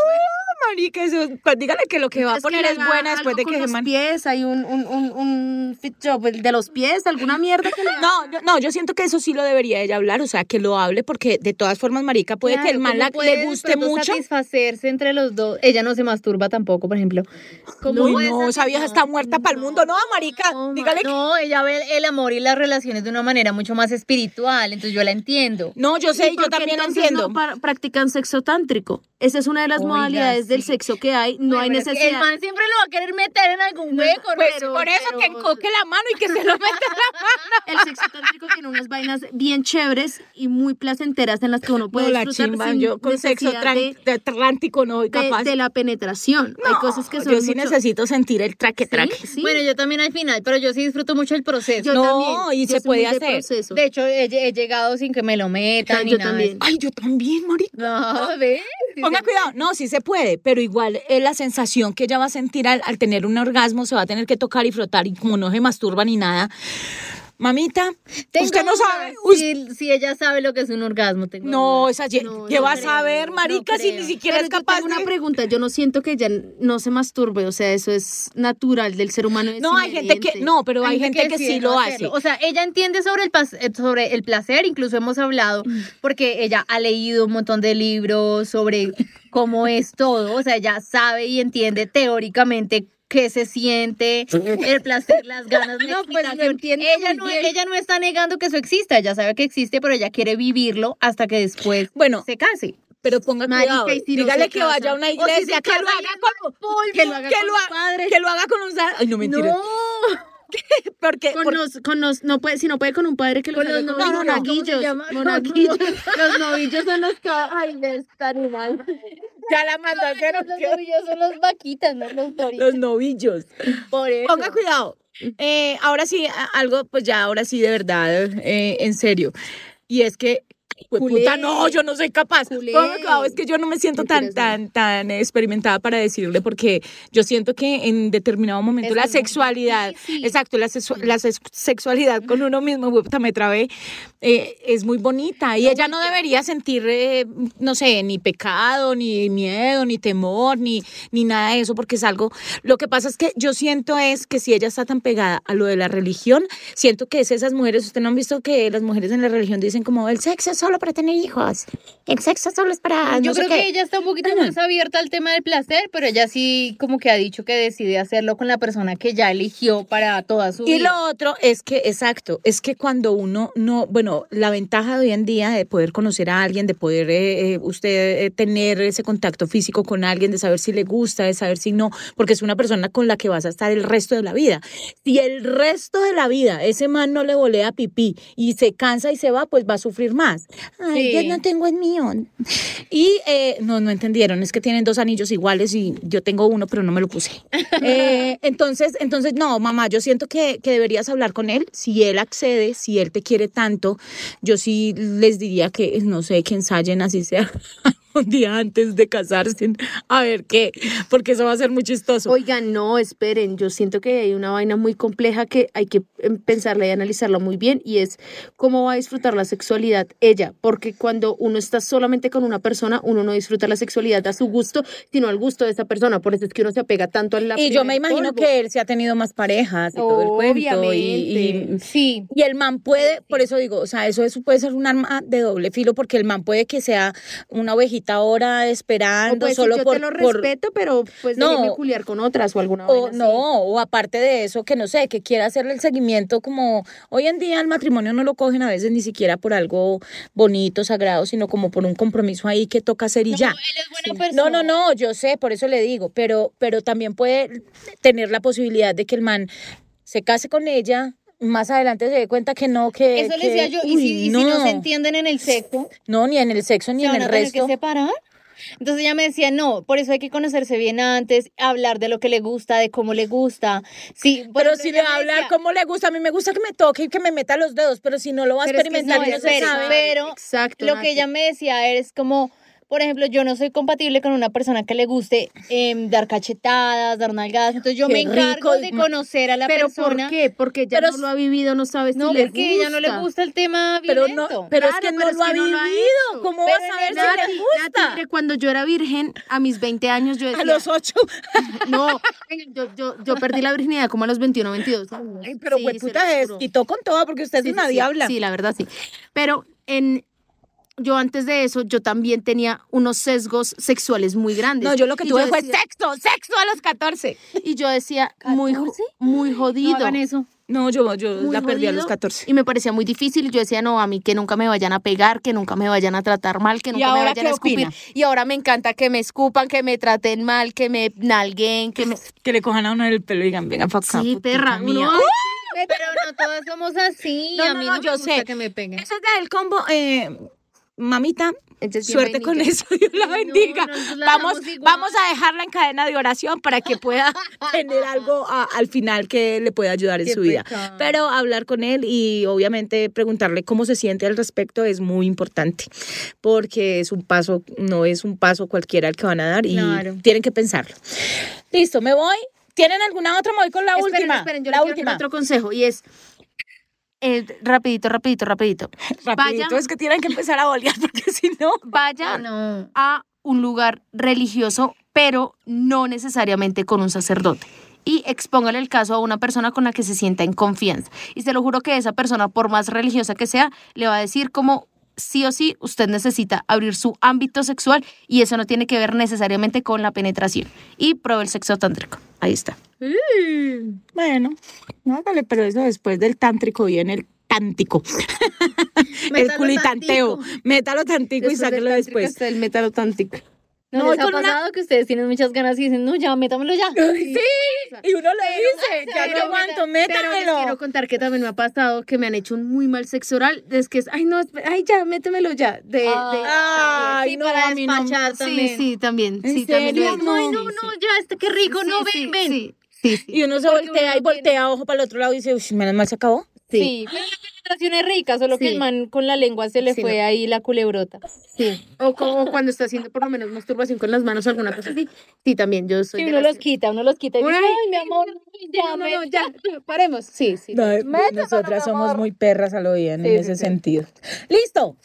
Speaker 2: marica, eso, pues dígale que lo que va a
Speaker 4: Es que
Speaker 2: poner
Speaker 4: le
Speaker 2: es
Speaker 4: haga
Speaker 2: buena después
Speaker 4: algo
Speaker 2: de
Speaker 4: con
Speaker 2: que se
Speaker 4: los
Speaker 2: man...
Speaker 4: pies, hay un, un, un, un fit job el de los pies, alguna mierda que le haga.
Speaker 2: No, yo- no, yo siento que eso sí lo debería ella hablar, o sea, que lo hable, porque de todas formas, marica, puede que el
Speaker 3: Claro,
Speaker 2: man la-
Speaker 3: ¿cómo puede
Speaker 2: le
Speaker 3: de
Speaker 2: guste
Speaker 3: pronto
Speaker 2: mucho.
Speaker 3: satisfacerse entre los dos. Ella no se masturba tampoco, por ejemplo. ¿Cómo
Speaker 2: Uy,
Speaker 3: puede
Speaker 2: no, esa
Speaker 3: satis-
Speaker 2: vieja está muerta para el mundo. No, marica,
Speaker 3: No, ma-
Speaker 2: dígale que...
Speaker 3: no, ella ve el amor y las relaciones de una manera mucho más espiritual, entonces yo la entiendo.
Speaker 2: No, yo
Speaker 4: ¿Y
Speaker 2: sé,
Speaker 4: por
Speaker 2: yo
Speaker 4: qué
Speaker 2: también lo
Speaker 4: entonces
Speaker 2: entiendo.
Speaker 4: No pa- practican sexo tántrico. Esa es una de las
Speaker 3: Oiga,
Speaker 4: modalidades del
Speaker 3: sí.
Speaker 4: sexo que hay. No
Speaker 3: Bueno,
Speaker 4: hay
Speaker 3: pero es que El
Speaker 4: necesidad.
Speaker 3: man siempre lo va a querer meter en algún hueco, ¿no?
Speaker 2: Pues
Speaker 4: pero-
Speaker 2: por eso que
Speaker 4: pero-
Speaker 2: encoque la mano y que se lo meta la mano.
Speaker 4: El sexo tántrico tiene unas vainas bien chéveres y muy placenteras en las que uno puede
Speaker 2: No, la
Speaker 4: disfrutar
Speaker 2: chimba,
Speaker 4: sin
Speaker 2: yo con sexo
Speaker 4: necesidad de-
Speaker 2: tran- de atlántico no soy
Speaker 4: de,
Speaker 2: capaz.
Speaker 4: de la penetración. hay cosas que son
Speaker 2: yo sí
Speaker 4: mucho-
Speaker 2: necesito sentir el traque traque.
Speaker 4: Sí.
Speaker 3: Bueno, yo también al final, pero yo sí disfruto mucho el proceso.
Speaker 4: Yo
Speaker 2: No,
Speaker 4: también.
Speaker 2: y
Speaker 4: Yo
Speaker 2: se
Speaker 4: soy
Speaker 2: puede
Speaker 4: muy de
Speaker 2: hacer.
Speaker 4: proceso.
Speaker 3: De hecho, he, he llegado sin que me lo metan ni
Speaker 4: yo
Speaker 3: nada.
Speaker 4: también.
Speaker 2: Ay, yo también, marica.
Speaker 3: No, ve. Sí
Speaker 2: Ponga cuidado, no, sí se puede, pero igual eh, la sensación que ella va a sentir al, al tener un orgasmo se va a tener que tocar y frotar y como no se masturba ni nada. Mamita,
Speaker 3: Tengo
Speaker 2: usted no
Speaker 3: duda
Speaker 2: sabe. us-
Speaker 3: Si, si ella sabe lo que es un orgasmo. Tengo
Speaker 2: no,
Speaker 3: duda.
Speaker 2: esa ye-
Speaker 4: No,
Speaker 2: ¿qué
Speaker 4: no
Speaker 2: va a
Speaker 3: creo,
Speaker 2: saber,
Speaker 3: no
Speaker 2: marica, si ni
Speaker 3: creo.
Speaker 4: Pero
Speaker 2: siquiera
Speaker 4: yo
Speaker 2: es capaz
Speaker 4: tengo una
Speaker 2: de-
Speaker 4: pregunta, yo no siento que ella no se masturbe, o sea, eso es natural del ser humano. es
Speaker 2: No, hay gente que,
Speaker 4: inherente.
Speaker 2: no, pero hay, gente que, sí
Speaker 3: decide
Speaker 2: lo
Speaker 3: no
Speaker 2: hace.
Speaker 3: hacerlo. O sea, ella entiende sobre el, pas- eh, sobre el placer, incluso hemos hablado,
Speaker 4: Mm.
Speaker 3: porque ella ha leído un montón de libros sobre cómo es todo, o sea, ella sabe y entiende teóricamente qué se siente, el placer, las ganas, la
Speaker 4: No, pues, lo
Speaker 3: excitación.
Speaker 4: entiende
Speaker 3: ella,
Speaker 4: muy
Speaker 3: no,
Speaker 4: bien.
Speaker 3: ella no está negando que eso exista, ella sabe que existe, pero ella quiere vivirlo hasta que después
Speaker 2: Bueno,
Speaker 3: se case.
Speaker 2: pero ponga
Speaker 4: Marica,
Speaker 2: cuidado.
Speaker 4: y si no
Speaker 2: Dígale
Speaker 4: se
Speaker 2: que
Speaker 4: casa.
Speaker 2: vaya a una
Speaker 3: O si se
Speaker 2: iglesia, que lo
Speaker 3: casa
Speaker 2: haga con
Speaker 3: polvo,
Speaker 2: que lo haga con los
Speaker 3: padres.
Speaker 2: que lo haga con un sa- Ay, no mentira. Porque,
Speaker 4: Con
Speaker 2: por-
Speaker 4: los, con los, no puede, si no puede con un padre que lo
Speaker 3: Con
Speaker 4: haga
Speaker 3: los
Speaker 4: con
Speaker 3: novillos,
Speaker 4: monaguillos,
Speaker 3: ¿cómo se llama?
Speaker 4: monaguillos.
Speaker 3: Los novillos son los que... Ay, de este animal.
Speaker 2: ya la mandó a hacer
Speaker 3: Los
Speaker 2: opción.
Speaker 3: novillos son los vaquitas, no los toritos.
Speaker 2: los novillos.
Speaker 3: Por eso.
Speaker 2: Ponga cuidado. Eh, ahora sí, a- algo, pues ya, ahora sí, de verdad, eh, en serio. Y es que, pues,
Speaker 4: Culé.
Speaker 2: puta, no, yo no soy capaz.
Speaker 4: Culé.
Speaker 2: Ponga cuidado, es que yo no me siento tan,
Speaker 4: Mentiras, no.
Speaker 2: tan, tan experimentada para decirle, porque yo siento que en determinado momento
Speaker 3: Es
Speaker 2: la
Speaker 3: algo muy
Speaker 2: sexualidad,
Speaker 3: difícil.
Speaker 2: exacto, la, sexu- la sex- sexualidad con uno mismo, puta, me trabé, eh, es muy bonita. Y ella no debería sentir, eh, no sé, ni pecado, ni miedo, ni temor, ni, ni nada de eso, porque es algo. Lo que pasa es que yo siento es que si ella está tan pegada a lo de la religión, siento que es esas mujeres, usted no han visto que las mujeres en la religión dicen como el sexo es solo para tener hijos, el sexo solo es para.
Speaker 3: Yo
Speaker 2: no sé
Speaker 3: creo
Speaker 2: qué".
Speaker 3: que ella está un poquito
Speaker 2: Ajá.
Speaker 3: más abierta al tema del placer, pero ella sí como que ha dicho que decide hacerlo con la persona que ya eligió para toda su vida.
Speaker 2: Y lo otro es que, exacto, es que cuando uno no, bueno, la ventaja de hoy en día de poder conocer a alguien, de poder eh, eh, usted eh, tener ese contacto físico con alguien, de saber si le gusta, de saber si no, porque es una persona con la que vas a estar el resto de la vida. Si el resto de la vida ese man no le volea pipí y se cansa y se va, pues va a sufrir más. Ay,
Speaker 3: Sí.
Speaker 2: yo no tengo el mío. Y eh, no, no entendieron, es que tienen dos anillos iguales y yo tengo uno, pero no me lo puse. Eh, entonces, entonces, no, mamá, yo siento que, que deberías hablar con él. Si él accede, si él te quiere tanto, yo sí les diría que, no sé, que ensayen así sea un día antes de casarse, a ver qué, porque eso va a ser muy chistoso.
Speaker 4: Oigan, no, esperen, yo siento que hay una vaina muy compleja que hay que em, pensarla y analizarla muy bien y es cómo va a disfrutar la sexualidad ella, porque cuando uno está solamente con una persona, uno no disfruta la sexualidad a su gusto, sino al gusto de esa persona, por eso es que uno se apega tanto a la
Speaker 2: y yo me
Speaker 4: primer
Speaker 2: imagino
Speaker 4: polvo.
Speaker 2: que él se ha tenido más parejas y todo el cuento. y-
Speaker 4: Obviamente.
Speaker 2: y
Speaker 3: Sí.
Speaker 2: Y el man puede, por eso digo, o sea, eso, eso puede ser un arma de doble filo, porque el man puede que sea una ovejita ahora
Speaker 4: O
Speaker 2: esperando
Speaker 4: pues,
Speaker 2: solo
Speaker 4: yo
Speaker 2: por.
Speaker 4: te lo
Speaker 2: por-
Speaker 4: respeto, pero pues
Speaker 2: No.
Speaker 4: déjeme culiar con otras o alguna
Speaker 2: o
Speaker 4: vaina
Speaker 2: no,
Speaker 4: así.
Speaker 2: o aparte de eso, que no sé, que quiera hacerle el seguimiento como hoy en día el matrimonio no lo cogen a veces ni siquiera por algo bonito, sagrado, sino como por un compromiso ahí que toca hacer y ya.
Speaker 3: No, él es buena
Speaker 2: No,
Speaker 3: persona.
Speaker 2: no, no, yo sé, por eso le digo, pero, pero también puede tener la posibilidad de que el man se case con ella, más adelante se dé cuenta que no, que...
Speaker 3: Eso le
Speaker 2: que-
Speaker 3: decía yo. y
Speaker 2: uy,
Speaker 3: si, y si no se entienden en el sexo,
Speaker 2: No, ni en el sexo, ni
Speaker 3: se
Speaker 2: en
Speaker 3: van
Speaker 2: el
Speaker 3: a tener que
Speaker 2: resto.
Speaker 3: separar. Entonces ella me decía, no, por eso hay que conocerse bien antes, hablar de lo que le gusta, de cómo le gusta. Sí, por
Speaker 2: Pero
Speaker 3: ejemplo,
Speaker 2: si le
Speaker 3: ella
Speaker 2: va a
Speaker 3: me
Speaker 2: hablar
Speaker 3: decía,
Speaker 2: como le gusta, a mí me gusta que me toque y que me meta los dedos, pero si no lo va a
Speaker 3: Pero es que
Speaker 2: experimentar,
Speaker 3: no,
Speaker 2: y no se
Speaker 3: espere,
Speaker 2: sabe.
Speaker 3: pero
Speaker 4: Exacto,
Speaker 3: lo
Speaker 4: Nati.
Speaker 3: que ella me decía es como, por ejemplo, yo no soy compatible con una persona que le guste em, dar cachetadas, dar nalgadas, entonces yo
Speaker 2: Qué
Speaker 3: me encargo
Speaker 2: rico y
Speaker 3: de
Speaker 2: ma-
Speaker 3: conocer a la
Speaker 4: ¿Pero
Speaker 3: persona.
Speaker 4: por qué? Porque ya
Speaker 2: Pero
Speaker 4: no lo ha vivido, no sabes
Speaker 3: No,
Speaker 4: si le
Speaker 3: porque ella no le gusta el tema
Speaker 2: Pero,
Speaker 3: violento.
Speaker 2: no, pero es
Speaker 4: Claro,
Speaker 2: que no
Speaker 4: pero es
Speaker 2: lo ha
Speaker 4: que no
Speaker 2: vivido.
Speaker 4: lo ha hecho.
Speaker 2: ¿Cómo
Speaker 3: Pero
Speaker 2: va a
Speaker 3: en
Speaker 2: saber
Speaker 3: el
Speaker 2: si
Speaker 4: Nati,
Speaker 2: le
Speaker 4: Nati,
Speaker 2: gusta?
Speaker 4: mire, cuando yo era virgen, a mis 20 años, yo decía...
Speaker 2: a los ocho.
Speaker 4: No, yo, yo, yo perdí la virginidad como a los 21, 22 años.
Speaker 2: Ay, pero
Speaker 4: Sí,
Speaker 2: güey,
Speaker 4: se
Speaker 2: puta,
Speaker 4: los
Speaker 2: se
Speaker 4: juro.
Speaker 2: quitó con todo porque usted
Speaker 4: Sí,
Speaker 2: es una
Speaker 4: sí, sí.
Speaker 2: diabla.
Speaker 4: Sí, la verdad sí. Pero en yo antes de eso, yo también tenía unos sesgos sexuales muy grandes.
Speaker 2: No, yo lo que
Speaker 4: Y
Speaker 2: tuve fue
Speaker 4: decía-
Speaker 2: sexo, sexo a los 14.
Speaker 4: Y yo decía, muy, jo-
Speaker 3: 14?
Speaker 4: muy
Speaker 3: No
Speaker 4: jodido.
Speaker 3: hagan eso.
Speaker 2: No, yo, yo
Speaker 4: muy
Speaker 2: la perdí a los
Speaker 4: jodido,
Speaker 2: 14.
Speaker 4: Y me parecía muy difícil. y Yo decía, no, a mí que nunca me vayan a pegar, que nunca me vayan a tratar mal, que nunca me
Speaker 2: ahora
Speaker 4: vayan
Speaker 2: qué
Speaker 4: a escupir.
Speaker 2: opina?
Speaker 4: Y ahora me encanta que me escupan, que me traten mal, que me nalguen, que me...
Speaker 2: Que le cojan a uno el pelo y digan, venga, pa' acá.
Speaker 4: Sí,
Speaker 2: putica
Speaker 4: perra.
Speaker 2: Ah, mía".
Speaker 4: uno-
Speaker 3: Pero no todas somos así.
Speaker 2: No,
Speaker 3: a
Speaker 2: no,
Speaker 3: mí
Speaker 2: no,
Speaker 3: no,
Speaker 2: yo
Speaker 3: me gusta
Speaker 2: sé.
Speaker 3: que me peguen.
Speaker 2: Eso es del combo. eh, mamita,
Speaker 4: Entonces,
Speaker 2: suerte con
Speaker 4: bienvenida.
Speaker 2: eso, Dios la
Speaker 3: no,
Speaker 2: bendiga.
Speaker 3: nosotros la
Speaker 2: vamos,
Speaker 3: damos igual.
Speaker 2: vamos a dejarla en cadena de oración para que pueda tener algo a- al final que le pueda ayudar en
Speaker 3: Qué
Speaker 2: su vida.
Speaker 3: pecado.
Speaker 2: Pero hablar con él y obviamente preguntarle cómo se siente al respecto es muy importante, porque es un paso, no es un paso cualquiera el que van a dar y
Speaker 3: Claro.
Speaker 2: tienen que pensarlo. Listo, me voy. ¿Tienen alguna otra? Me voy con la
Speaker 4: Esperen,
Speaker 2: última.
Speaker 4: esperen, yo
Speaker 2: la
Speaker 4: les quiero
Speaker 2: última.
Speaker 4: dar otro consejo y es eh, rapidito, rapidito, rapidito.
Speaker 2: Rapidito,
Speaker 4: Vaya.
Speaker 2: es que tienen que empezar a bolear porque si no...
Speaker 4: Vaya
Speaker 3: Ah, No.
Speaker 4: a un lugar religioso, pero no necesariamente con un sacerdote. Y expóngale el caso a una persona con la que se sienta en confianza. Y se lo juro que esa persona, por más religiosa que sea, le va a decir como sí o sí usted necesita abrir su ámbito sexual y eso no tiene que ver necesariamente con la penetración. Y prueba el sexo tántrico. Ahí está.
Speaker 2: Bueno, hágale, pero eso después del tántrico viene el tántico. el
Speaker 3: Métalo
Speaker 2: culitanteo.
Speaker 3: tántico.
Speaker 2: Métalo tántico y sáquelo después.
Speaker 4: el método tántrico.
Speaker 3: ¿No,
Speaker 2: No, y
Speaker 3: les ha
Speaker 2: con una-
Speaker 3: pasado que ustedes tienen muchas ganas y dicen, no, ya, métamelo ya? Sí,
Speaker 2: Y uno le dice, ya
Speaker 3: pero
Speaker 2: no aguanto,
Speaker 4: Pero les quiero
Speaker 2: métamelo.
Speaker 4: contar que también me ha pasado que me han hecho un muy mal sexo oral. Es que es, ay, no, esp- ay, ya, métemelo ya. De, de-
Speaker 2: Ay,
Speaker 3: sí,
Speaker 2: no,
Speaker 3: para
Speaker 2: a mí no.
Speaker 3: despachar
Speaker 4: Ah, Sí,
Speaker 3: también.
Speaker 4: sí, también.
Speaker 2: ¿En
Speaker 4: sí, también lo he
Speaker 2: serio?
Speaker 4: hecho.
Speaker 2: No,
Speaker 3: Ay, no,
Speaker 4: Sí,
Speaker 3: no,
Speaker 4: sí.
Speaker 3: ya, está qué rico, no,
Speaker 4: Sí,
Speaker 3: ven, ven.
Speaker 4: Sí, sí, sí.
Speaker 2: Y uno se voltea y voltea, ojo para el otro lado y dice, uy, menos mal se acabó.
Speaker 3: Sí, pero la penetración es rica, solo que
Speaker 4: Sí.
Speaker 3: el man con la lengua se le
Speaker 4: Sí,
Speaker 3: fue
Speaker 4: no.
Speaker 3: ahí la culebrota.
Speaker 4: sí. O, como cuando está haciendo por lo menos masturbación con las manos o alguna cosa así. Sí, también, yo soy
Speaker 3: Sí,
Speaker 4: de
Speaker 3: uno
Speaker 4: las-
Speaker 3: los quita, uno los quita y dice,
Speaker 4: Una-
Speaker 3: ay, mi amor, ya,
Speaker 4: No, no,
Speaker 3: me-
Speaker 4: no, ya, paremos. Sí, sí.
Speaker 2: Ay, eh, Nosotras somos muy perras a lo bien en ese sentido. Listo.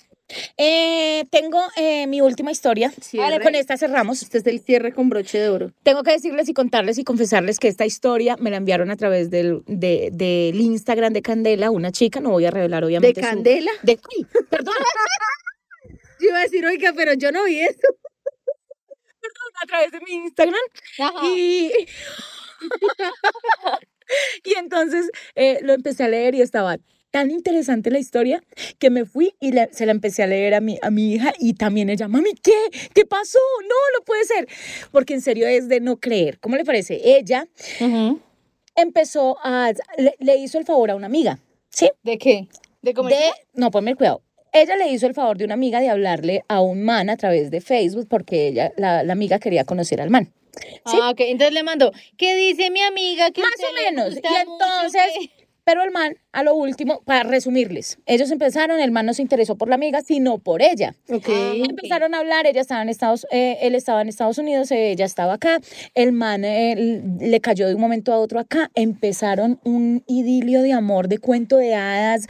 Speaker 2: Eh, tengo eh, mi última historia.
Speaker 4: Cierre.
Speaker 2: Vale, con esta cerramos.
Speaker 4: Este es el cierre con broche de oro.
Speaker 2: Tengo que decirles y contarles y confesarles que esta historia me la enviaron a través del, de- del Instagram de Candela, una chica, no voy a revelar
Speaker 4: ¿De
Speaker 2: obviamente. su-
Speaker 4: candela?
Speaker 2: de- ¡Ay! perdón,
Speaker 4: Yo iba a decir, oiga, pero yo no vi eso.
Speaker 2: a través de mi Instagram.
Speaker 3: Ajá.
Speaker 2: Y, y entonces eh, lo empecé a leer y estaba tan interesante la historia que me fui y la- se la empecé a leer a mi, a mi hija y también ella, mami, ¿qué? ¿Qué pasó? No, no puede ser. Porque en serio es de no creer. ¿Cómo le parece? Ella
Speaker 3: Ujú.
Speaker 2: empezó a, le, le hizo el favor a una amiga, ¿sí?
Speaker 3: ¿De qué? ¿De comer?
Speaker 2: de, no, ponme el cuidado. Ella le hizo el favor de una amiga de hablarle a un man a través de Facebook porque ella, la, la amiga quería conocer al man. ¿sí?
Speaker 3: Ah, ok, entonces le mando, ¿qué dice mi amiga? Que
Speaker 2: Más
Speaker 3: usted
Speaker 2: o
Speaker 3: le
Speaker 2: menos.
Speaker 3: gusta
Speaker 2: Y
Speaker 3: mucho,
Speaker 2: entonces,
Speaker 3: que-
Speaker 2: Pero el man, a lo último, para resumirles, ellos empezaron, el man no se interesó por la amiga, sino por ella.
Speaker 4: Ok.
Speaker 3: Ah,
Speaker 2: Empezaron a hablar, ella estaba en Estados, eh, él estaba en Estados Unidos, eh, ella estaba acá, el man eh, le cayó de un momento a otro acá, empezaron un idilio de amor, de cuento de hadas.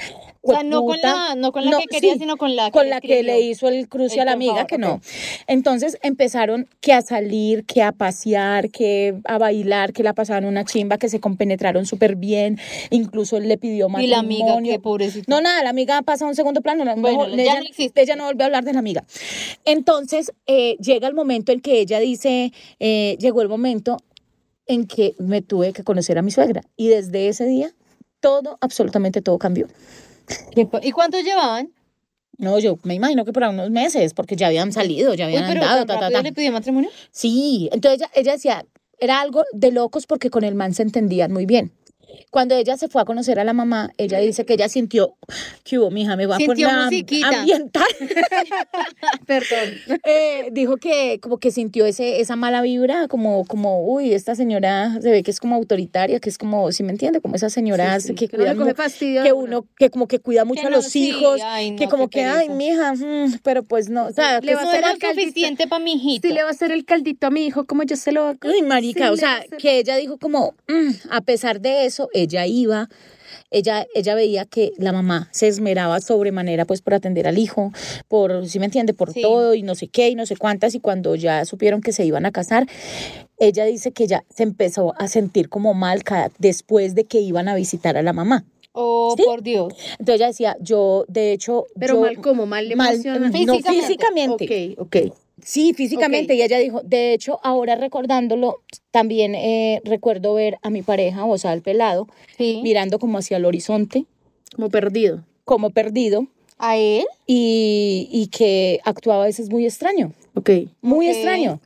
Speaker 3: O sea, no con
Speaker 2: hueputa.
Speaker 3: la, no con la
Speaker 2: No,
Speaker 3: que quería,
Speaker 2: sí,
Speaker 3: sino con la que
Speaker 2: con la que le
Speaker 3: escribió.
Speaker 2: hizo el cruce
Speaker 3: El
Speaker 2: a la
Speaker 3: por
Speaker 2: amiga
Speaker 3: favor,
Speaker 2: que
Speaker 3: ok.
Speaker 2: no. Entonces empezaron que a salir, que a pasear, que a bailar, que la pasaban una chimba, que se compenetraron súper bien, incluso él le pidió
Speaker 3: Y
Speaker 2: matrimonio.
Speaker 3: la amiga, qué pobrecita.
Speaker 2: No, nada, la amiga pasa a un segundo plano. la-
Speaker 3: Bueno,
Speaker 2: no,
Speaker 3: ya
Speaker 2: ella,
Speaker 3: no existe.
Speaker 2: ella no volvió a hablar de la amiga. Entonces, eh, llega el momento en que ella dice, eh, llegó el momento en que me tuve que conocer a mi suegra. Y desde ese día, todo, absolutamente todo cambió.
Speaker 3: ¿Qué po- ¿Y cuánto llevaban?
Speaker 2: No, yo me imagino que por unos meses, porque ya habían salido, ya
Speaker 3: Uy,
Speaker 2: habían
Speaker 3: pero
Speaker 2: andado, ta, ta,
Speaker 3: tan rápido
Speaker 2: ta.
Speaker 3: le pidió matrimonio.
Speaker 2: Sí, entonces ella, ella decía, era algo de locos porque con el man se entendían muy bien. Cuando ella se fue a conocer a la mamá, ella dice que ella sintió, que hubo, mija, me voy a
Speaker 3: Sintió
Speaker 2: poner a
Speaker 3: musiquita.
Speaker 2: ambiental.
Speaker 4: Perdón.
Speaker 2: Eh, dijo que como que sintió ese, esa mala vibra, como, como, uy, esta señora se ve que es como autoritaria, que es como, si me entiende, como esas señoras
Speaker 4: Sí, sí,
Speaker 2: que
Speaker 4: que uno le
Speaker 2: cuidan
Speaker 4: coge
Speaker 2: mu-
Speaker 4: fastidio.
Speaker 2: que
Speaker 4: a uno.
Speaker 2: uno, que como que cuida mucho
Speaker 3: Que
Speaker 2: a
Speaker 3: no,
Speaker 2: los
Speaker 3: sí,
Speaker 2: hijos,
Speaker 3: ay,
Speaker 2: que
Speaker 3: no,
Speaker 2: como
Speaker 3: qué
Speaker 2: que, ay,
Speaker 3: pereza.
Speaker 2: mija, mm, pero pues no, o sea,
Speaker 4: Le
Speaker 2: que
Speaker 4: va a
Speaker 2: eso
Speaker 3: No
Speaker 4: hacer
Speaker 2: era-
Speaker 3: era
Speaker 4: alcaldita.
Speaker 3: suficiente para mi hijito.
Speaker 4: Sí, le va a hacer el caldito a mi hijo, como yo se lo hago.
Speaker 2: Ay, marica,
Speaker 4: Sí,
Speaker 2: o
Speaker 4: le va
Speaker 2: sea,
Speaker 4: a hacer-
Speaker 2: que ella dijo como, "Mm", a pesar de eso, ella iba, ella, ella veía que la mamá se esmeraba sobremanera pues por atender al hijo, por, si me entiende, por
Speaker 3: Sí.
Speaker 2: todo y no sé qué y no sé cuántas y cuando ya supieron que se iban a casar, ella dice que ya se empezó a sentir como mal cada- después de que iban a visitar a la mamá.
Speaker 3: Oh,
Speaker 2: Sí.
Speaker 3: por Dios.
Speaker 2: Entonces ella decía, yo de hecho...
Speaker 4: Pero
Speaker 2: yo-
Speaker 4: mal como, mal
Speaker 2: mal-
Speaker 4: emocional.
Speaker 2: no, físicamente.
Speaker 4: Ok, ok.
Speaker 2: Sí, físicamente. Y ella dijo, de hecho, ahora recordándolo, también eh, recuerdo ver a mi pareja, o sea, al pelado,
Speaker 3: Sí.
Speaker 2: mirando como hacia el horizonte,
Speaker 4: Como perdido.
Speaker 2: como perdido,
Speaker 3: ¿A él?
Speaker 2: y, y que actuaba a veces muy extraño,
Speaker 4: Ok.
Speaker 2: muy
Speaker 3: Ok.
Speaker 2: extraño.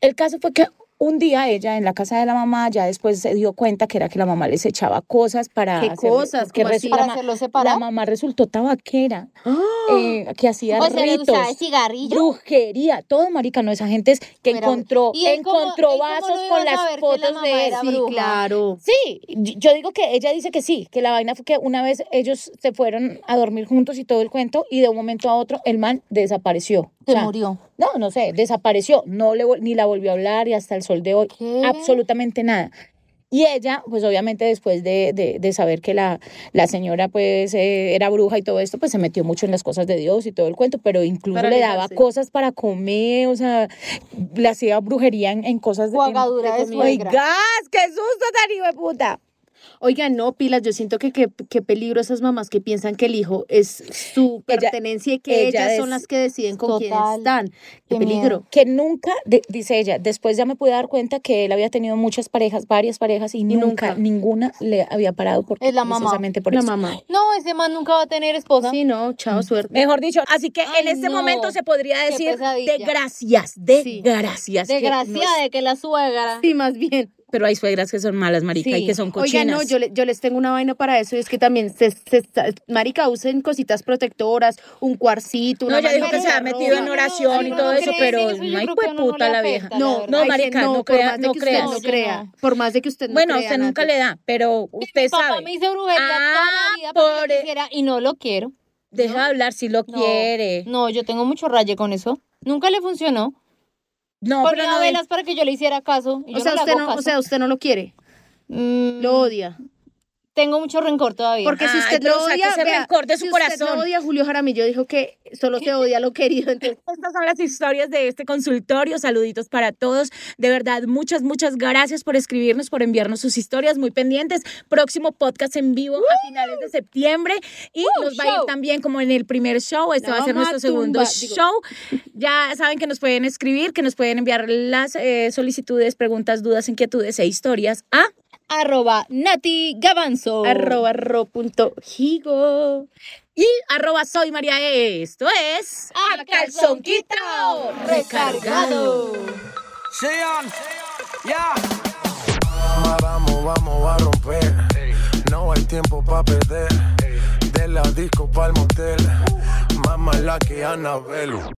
Speaker 2: El caso fue que Un día ella en la casa de la mamá ya después se dio cuenta que era que la mamá les echaba cosas para...
Speaker 3: ¿Qué
Speaker 2: hacer-
Speaker 3: cosas?
Speaker 2: que
Speaker 3: ¿Cómo así?
Speaker 2: resu-
Speaker 3: Para
Speaker 2: la ma-
Speaker 4: hacerlo
Speaker 2: La
Speaker 4: separar.
Speaker 2: mamá resultó tabaquera, eh, que hacía
Speaker 3: O sea, le
Speaker 2: ritos,
Speaker 3: gustaba el cigarrillo.
Speaker 2: brujería, todo marica, no, esa gente es que
Speaker 3: Era-
Speaker 2: encontró,
Speaker 3: ¿Y él cómo-
Speaker 2: encontró
Speaker 3: él cómo no
Speaker 2: vasos
Speaker 3: iba a
Speaker 2: con las
Speaker 3: saber que la
Speaker 2: fotos
Speaker 3: mamá
Speaker 2: de él.
Speaker 3: era
Speaker 2: Sí,
Speaker 3: bruja?
Speaker 4: Claro.
Speaker 2: Sí, y- yo digo que ella dice que sí, que la vaina fue que una vez ellos se fueron a dormir juntos y todo el cuento y de un momento a otro el man desapareció. O
Speaker 4: Se
Speaker 2: sea,
Speaker 4: murió.
Speaker 2: No, no sé, desapareció, no le, vol- ni la volvió a hablar y hasta el sol de hoy,
Speaker 4: ¿Qué?
Speaker 2: absolutamente nada. Y ella, pues obviamente después de, de- de saber que la, la señora pues eh, era bruja y todo esto, pues se metió mucho en las cosas de Dios y todo el cuento, pero incluso
Speaker 3: Para
Speaker 2: le daba
Speaker 3: alejarse.
Speaker 2: cosas para comer, o sea, le hacía brujería en, en cosas de... en-
Speaker 3: Cuagadura de
Speaker 2: ¡Ay,
Speaker 3: suegra.
Speaker 2: gas! ¡Qué susto tan hijo de puta!
Speaker 4: Oigan, no, pilas, yo siento que qué qué peligro esas mamás que piensan que el hijo es su
Speaker 2: Ella-
Speaker 4: pertenencia y que
Speaker 2: ella
Speaker 4: ellas son
Speaker 2: es-
Speaker 4: las que deciden con quién
Speaker 3: Total.
Speaker 4: están. Qué,
Speaker 3: Qué
Speaker 4: peligro.
Speaker 2: que nunca, de- dice ella, después ya me pude dar cuenta que él había tenido muchas parejas, varias parejas, y, nunca,
Speaker 4: nunca.
Speaker 2: ninguna le había parado porque,
Speaker 3: Es la mamá.
Speaker 2: precisamente por
Speaker 4: La
Speaker 2: eso.
Speaker 4: mamá.
Speaker 3: No, ese man nunca va a tener esposa.
Speaker 4: Sí, no,
Speaker 2: Mm.
Speaker 4: chao, suerte.
Speaker 2: Mejor dicho, así que
Speaker 3: Ay,
Speaker 2: en este
Speaker 3: no.
Speaker 2: momento se podría
Speaker 3: Qué
Speaker 2: decir
Speaker 3: pesadilla.
Speaker 2: de gracias, de
Speaker 4: Sí.
Speaker 2: gracias. que no
Speaker 3: Desgraciada
Speaker 2: es-
Speaker 3: de que la suegra.
Speaker 4: Sí, más bien.
Speaker 2: pero hay suegras que son malas, marica,
Speaker 3: Sí.
Speaker 2: y que son cochinas.
Speaker 4: Oigan, no, yo, le- yo les tengo una vaina para eso y es que también, se, se está- marica, usen cositas protectoras, un cuarcito,
Speaker 2: No,
Speaker 4: una
Speaker 2: ya dijo
Speaker 4: manita
Speaker 2: que se
Speaker 4: de
Speaker 2: ha
Speaker 4: ropa.
Speaker 2: metido en oración
Speaker 3: Ay,
Speaker 2: y
Speaker 3: no,
Speaker 2: todo
Speaker 3: no
Speaker 2: eso,
Speaker 3: creo, sí,
Speaker 2: pero
Speaker 3: eso yo
Speaker 2: no hay
Speaker 3: creo que a uno no
Speaker 2: puta
Speaker 3: le
Speaker 2: la
Speaker 3: afecta,
Speaker 2: vieja.
Speaker 3: la
Speaker 4: No,
Speaker 3: verdad.
Speaker 2: No,
Speaker 4: hay que-
Speaker 2: marica, no
Speaker 4: por
Speaker 2: crea-
Speaker 4: más de
Speaker 2: no
Speaker 4: que
Speaker 2: crea.
Speaker 4: usted
Speaker 3: No,
Speaker 4: no
Speaker 3: yo
Speaker 4: crea.
Speaker 3: no.
Speaker 4: Por más de que usted no
Speaker 2: Bueno, a
Speaker 4: crea,
Speaker 2: usted nunca
Speaker 4: Nati.
Speaker 2: le da, pero usted
Speaker 3: Mi papá
Speaker 2: sabe.
Speaker 3: me hizo brujería toda
Speaker 2: Ah,
Speaker 3: la vida porque yo
Speaker 2: por-
Speaker 4: e-
Speaker 3: quisiera y no lo quiero.
Speaker 2: Deja
Speaker 3: ¿no?
Speaker 2: hablar si lo
Speaker 3: No,
Speaker 2: quiere.
Speaker 3: No, yo tengo mucho raye con eso. Nunca le funcionó.
Speaker 2: No, pero
Speaker 3: Ponía
Speaker 2: no.
Speaker 3: velas para que yo le hiciera caso. y
Speaker 4: O
Speaker 3: yo
Speaker 4: sea,
Speaker 2: Mm.
Speaker 3: no le
Speaker 4: usted
Speaker 3: hago
Speaker 4: no,
Speaker 3: caso.
Speaker 4: o sea, usted no lo quiere,
Speaker 3: Mm,
Speaker 4: lo odia.
Speaker 3: Tengo mucho rencor todavía.
Speaker 4: Porque si
Speaker 2: Ay,
Speaker 4: usted
Speaker 2: pero
Speaker 4: lo
Speaker 2: saque
Speaker 4: odia,
Speaker 2: Ah, ese
Speaker 4: vea,
Speaker 2: rencor de su
Speaker 4: si usted
Speaker 2: corazón.
Speaker 4: lo odia, Julio Jaramillo dijo que solo se odia lo querido. Entonces,
Speaker 2: Estas son las historias de este consultorio. Saluditos para todos. De verdad, muchas, muchas gracias por escribirnos, por enviarnos sus historias. Muy pendientes. Próximo podcast en vivo a finales de septiembre. Y nos va a ir
Speaker 3: show.
Speaker 2: también como en el primer show. Este
Speaker 4: La
Speaker 2: va a ser
Speaker 4: vamos
Speaker 2: nuestro
Speaker 4: a
Speaker 2: segundo
Speaker 4: tumbar, digo.
Speaker 2: show. Ya saben que nos pueden escribir, que nos pueden enviar las eh, solicitudes, preguntas, dudas, inquietudes e historias a
Speaker 3: Arroba Nati Gavanzo.
Speaker 4: arroba ro punto higo.
Speaker 2: y arroba soy María. E. Esto es
Speaker 3: A Calzón
Speaker 2: Quitao
Speaker 3: Recargado.
Speaker 5: Sean, ya.
Speaker 6: Vamos, vamos, vamos a romper. No hay tiempo para perder. De la disco pa'l motel. Más mala que Anabel.